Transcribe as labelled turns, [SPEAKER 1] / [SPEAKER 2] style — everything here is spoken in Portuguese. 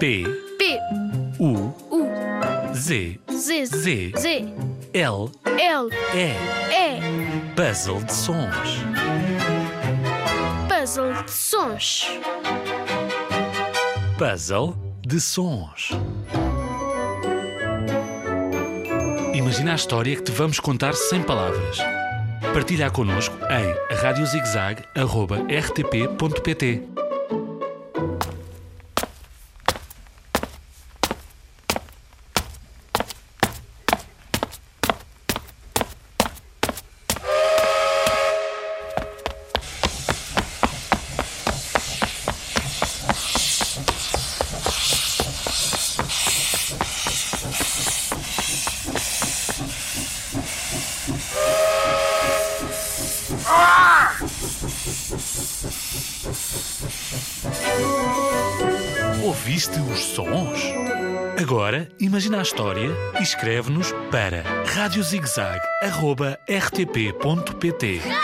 [SPEAKER 1] P,
[SPEAKER 2] P,
[SPEAKER 1] U,
[SPEAKER 2] U,
[SPEAKER 1] Z,
[SPEAKER 2] Z,
[SPEAKER 1] Z.
[SPEAKER 2] Z,
[SPEAKER 1] L,
[SPEAKER 2] L,
[SPEAKER 1] E.
[SPEAKER 2] E,
[SPEAKER 1] Puzzle de sons.
[SPEAKER 2] puzzle de sons.
[SPEAKER 1] Puzzle de sons. Imagina a história que te vamos contar sem palavras. Partilha connosco em radiozigzag.rtp.pt Ouviste os sons? Agora, imagina a história e escreve-nos para radiozigzag.rtp.pt
[SPEAKER 3] Zigzag!